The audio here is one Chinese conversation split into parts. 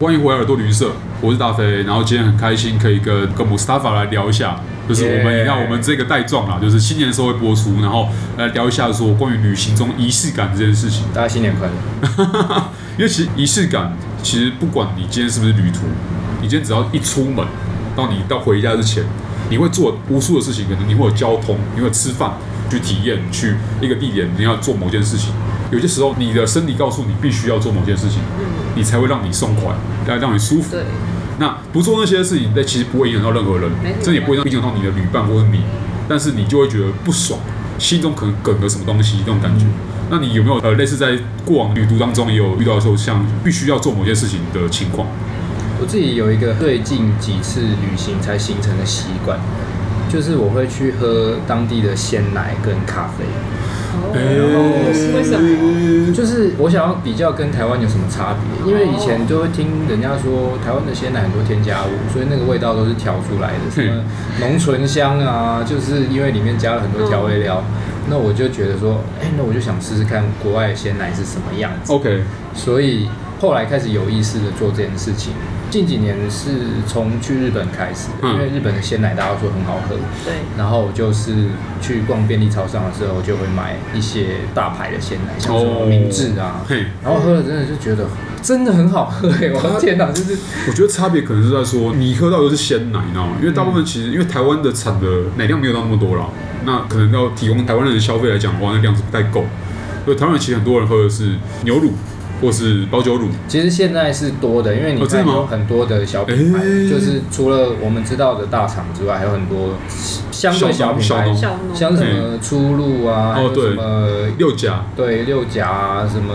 欢迎回耳朵旅社，我是大飞。然后今天很开心可以跟跟 Mustafa 来聊一下，就是我们 Yeah 你看我们这个带状啦，就是新年的时候会播出，然后来聊一下说关于旅行中仪式感这件事情。 大家新年快乐！因为其实仪式感，其实不管你今天是不是旅途，你今天只要一出门，到你到回家之前，你会做无数的事情，可能你会有交通，你会有吃饭，去体验，去一个地点你要做某件事情。有些时候，你的身体告诉你必须要做某件事情，你才会让你松快，来让你舒服。对，那不做那些事情，那其实不会影响到任何人没，错这也不会影响到你的旅伴或是你，但是你就会觉得不爽，心中可能梗了什么东西那种感嗯觉。那你有没有呃类似在过往旅途当中也有遇到说像必须要做某些事情的情况？我自己有一个最近几次旅行才形成的习惯，就是我会去喝当地的鲜奶跟咖啡。哦，是为什么？么？就是我想要比较跟台湾有什么差别，因为以前都会听人家说台湾的鲜奶很多添加物，所以那个味道都是调出来的，什么浓醇香啊，就是因为里面加了很多调味料。那我就觉得说，哎、那我就想试试看国外的鲜奶是什么样子。 OK，所以后来开始有意识的做这件事情。近几年是从去日本开始的，嗯因为日本的鲜奶大家都说很好喝，对，然后我就是去逛便利超商的时候，就会买一些大牌的鲜奶，像什么明治啊，哦嘿，然后喝了真的就觉得真的很好喝哎、我的天哪，就是我觉得差别可能是在说你喝到的是鲜奶，你知道吗？因为大部分其实因为台湾的产的奶量没有到那么多啦，那可能要提供台湾人的消费来讲的话，那量是不太够。所以台湾人其实很多人喝的是牛乳或是保酒乳，其实现在是多的，因为你哦真的看吗有很多的小品牌，哎就是除了我们知道的大厂之外，还有很多相小对小农品小牌农，小农像什么初露啊，哦还有对什么六甲对六甲啊，什么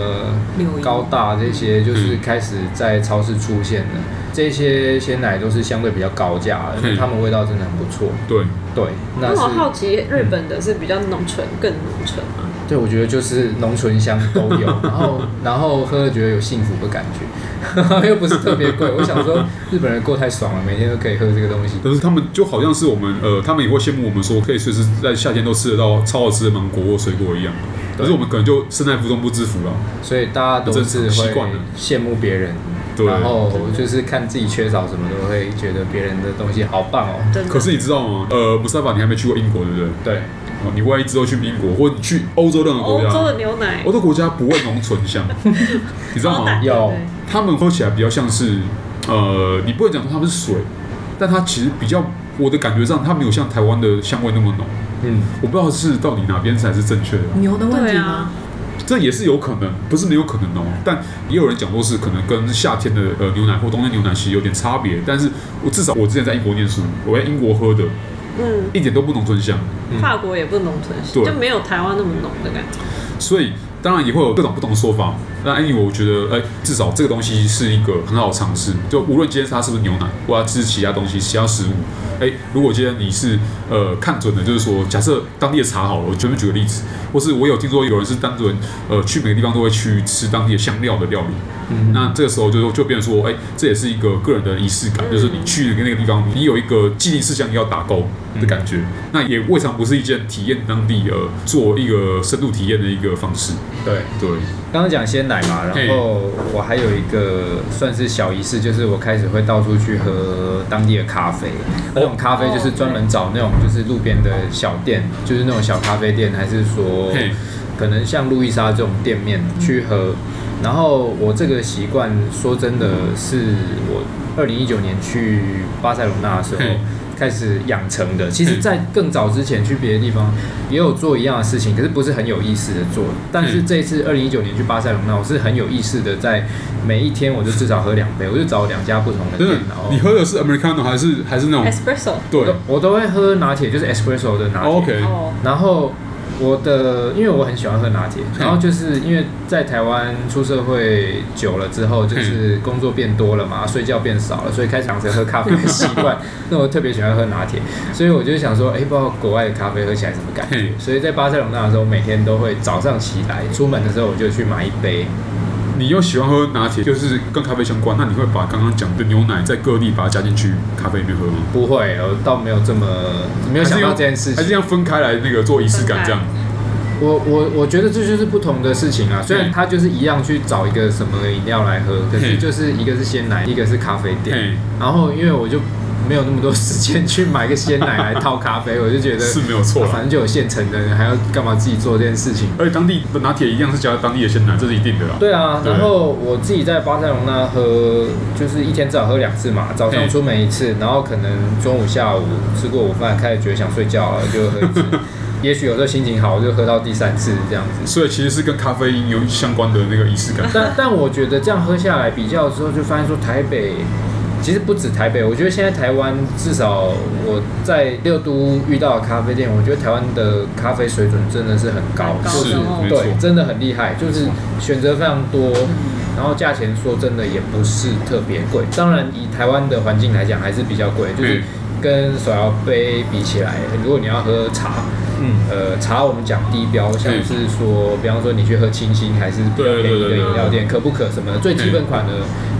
柳营高大这些，就是嗯开始在超市出现的。这些鲜奶都是相对比较高价的，嗯它们味道真的很不错。对，对，那那我好是奇，日本的是比较浓醇，更浓醇吗？对，我觉得就是浓醇香都 有，然后然后喝了觉得有幸福的感觉， 又不是特别贵。我想说，日本人过太爽了，每天都可以喝这个东西。可是他们就好像是我们呃，他们也会羡慕我们说可以随时在夏天都吃得到超好吃的芒果或水果一样，可是我们可能就身在福中不知福了。所以大家都是这是习会惯了羡慕别人，对然后就是看自己缺少什么，都会觉得别人的东西好棒哦。真的？可是你知道吗？呃，不是法，你还没去过英国对不对？对，哦，你万一之后去英国，或者你去欧洲任何欧国家，洲的牛奶欧，洲国家不会浓醇香， 你知道啊超吗淡，？有对啊他们喝起来比较像是，呃，你不能讲说它们是水，但它其实比较，我的感觉上它没有像台湾的香味那么浓。嗯。我不知道是到底哪边才是正确的，牛的不对问对题啊吗？，这也是有可能，不是没有可能哦。但也有人讲过是可能跟夏天的呃牛奶或冬天牛奶其实有点差别。但是我至少我之前在英国念书，我在英国喝的，嗯，一点都不浓醇香。嗯法国也不浓醇，对就没有台湾那么浓的感觉。所以当然也会有各种不同的说法。那 anyway，我觉得，哎、至少这个东西是一个很好的尝试。就无论今天它是不是牛奶，或者它是其他东西、其他食物，哎、如果今天你是呃看准的，就是说，假设当地的茶好了，我随便举个例子，或是我有听说有人是单纯呃去每个地方都会去吃当地的香料的料理。嗯那这个时候就就变成说，哎、这也是一个个人的仪式感，就是你去那个地方，你有一个既定事项要打勾的感觉，嗯那也未尝不是一件体验当地呃做一个深度体验的一个方式。对，对，刚刚讲鲜奶嘛，然嘿后我还有一个算是小仪式，就是我开始会到处去喝当地的咖啡，那种咖啡就是专门找那种就是路边的小店，就是那种小咖啡店，还是说嘿可能像路易莎这种店面嗯去喝。然后我这个习惯，说真的是我二零一九年去巴塞罗那的时候嘿嗯开始养成的。其实，在更早之前去别的地方也有做一样的事情，可是不是很有意思的做。但是嗯这一次二零一九年去巴塞隆那，我是很有意识的，在每一天我就至少喝两杯，我就找两家不同的真店的，，然后嗯你喝的是 americano 还是还是那种？ Espresso，我对哦都我都会喝拿铁，就是 espresso 的拿铁。 ，OK，哦，然后我的，因为我很喜欢喝拿铁，嗯然后就是因为在台湾出社会久了之后，就是嗯工作变多了嘛，睡觉变少了，所以开始养成喝咖啡 的习惯。那我特别喜欢喝拿铁，所以我就想说，哎、不知道国外的咖啡喝起来什么感觉嘿。所以在巴塞隆那的时候，每天都会早上起来出门的时候，我就去买一杯。你又喜欢喝拿铁，就是跟咖啡相关，那你会把刚刚讲的牛奶在各地把它加进去咖啡里面喝吗？不会，我倒没有这么没有想到这件事还是情。要分开来那个做仪式感这样？我我我觉得这就是不同的事情啊。虽然嗯它就是一样去找一个什么饮料来喝，可是嗯就是一个是鲜奶，一个是咖啡店。嘿，然后因为我就没有那么多时间去买个鲜奶来泡咖 啡，我就觉得啊是没有错反啦。正就有现成的，还要干嘛自己做这件事情？而且当地的拿铁一样是加当地的鲜奶，这是一定的啦。对啊，对然后我自己在巴塞隆那喝，就是一天至少喝两次嘛，早上嘿出门一次，然后可能中午、下午吃过午饭，开始觉得想睡觉了，就喝一次。也许有时候心情好，我就喝到第三次这样子。所以其实是跟咖啡因有相关的那个仪式 感。但但我觉得这样喝下来比较之后，就发现说台北其实不止台北，我觉得现在台湾至少我在六都遇到的咖啡店，我觉得台湾的咖啡水准真的是很高，很高哦就是是，没错对，，真的很厉害，就是选择非常多，嗯然后价钱说真的也不是特别贵，当然以台湾的环境来讲还是比较贵，就是嗯跟手摇杯比起来，如果你要喝茶，嗯，呃，茶我们讲低标，像是说，比方说你去喝清新还是比较便宜的饮料店，可不可什么的，最基本款的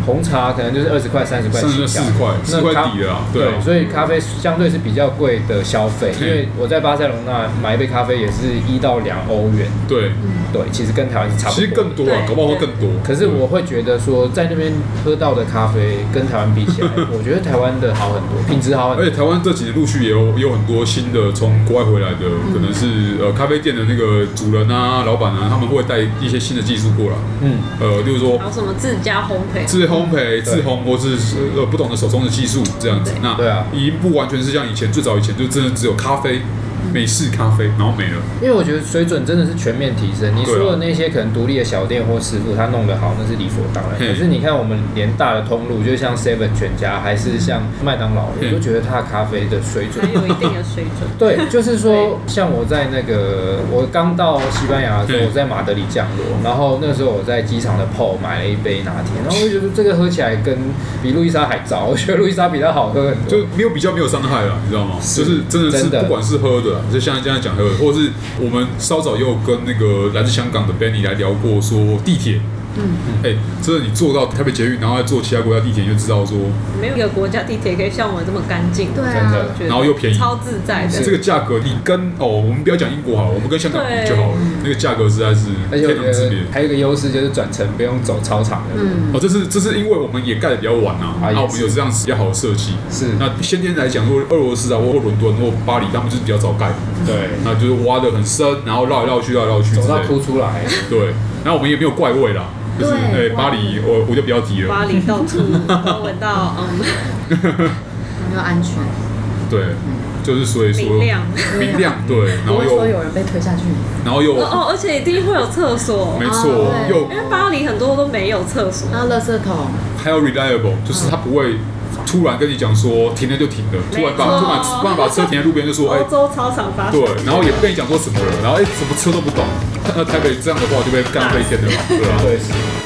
红茶可能就是二十块、三十块嗯甚起至跳四。块，四块底的啦。对啊，所以咖啡相对是比较贵的消费，因嗯为我在巴塞隆那买一杯咖啡也是一到两欧元，对，对，其实跟台湾是差不多。其实更嗯多啊，对搞不好会更多。可是我会觉得说，在那边喝到的咖啡跟台湾比起 来，我觉得台湾的好很多，品质好很多。而且台湾这几年陆续也有也有很多新的从国外回来的，可能是呃咖啡店的那个主人啊、老板啊，他们会带一些新的技术过来，嗯，呃，例如说还有什么自家烘焙？自烘焙、自烘或是呃不同的手冲的技术这样子对。那对啊已经不完全是像以前最早以前就真的只有咖啡、美式咖啡，然后没了。因为我觉得水准真的是全面提升。你啊说的那些可能独立的小店或师傅，他弄得好，那是理所当然。嘿可是你看，我们连大的通路，就像 Seven 全家，还是像麦当劳，我嗯都觉得它的咖啡的水准。还。有一定的水准对，就是说，像我在那个我刚到西班牙的时嗯候，我在马德里降落，然后那时候我在机场的 PO 买了一杯拿铁，然后我就觉得这个喝起来跟比路易莎还 糟，我觉得路易莎比它好喝很就多。没有比较，没有伤害啦，你知道吗？是就是真的是真的不管是喝的啦，就像这样讲喝的，或者是我们稍早也有跟那个来自香港的 Benny 来聊过，说地铁，嗯，哎、真的你坐到台北捷运，然后再坐其他国家地铁，你就知道说没有一个国家地铁可以像我们这么干净，啊对真的然后又便宜超自在的。这个价格，你跟哦，我们不要讲英国好了，我们跟香港比就好了，那个价格实在是而且呃我天觉壤之得别。还有一个优势就是转乘不用走操场的路，嗯，哦，这是这是因为我们也盖的比较晚啊，啊那、也我们有这样子比较好的设计。是那先天来讲，如果俄罗斯啊，或或伦敦或巴黎，他们就是比较早盖，对，那就是挖的很深，然后绕来绕去，绕来绕去之类走的，到哭出来。对，然后我们也没有怪味啦，就是对对巴黎，我我就不要提了。巴黎到处都闻到， 嗯，没有安全，对，就是所以说明亮。明亮 对，然不后会说又有人被推下去。然后又哦哦，而且一定会有厕所没，错啊对又因为巴黎很多都没有厕所，然后垃圾桶，还有 reliable，就是他不会突然跟你讲说停了就停了，突然把嗯没错哦突然突然把车停在路边就说哎欧。洲超常发生对。，然后也不跟你讲说什么了，然后哎，什么车都不懂，那台北这样的话就被干飞天的嘛，对啊，对，是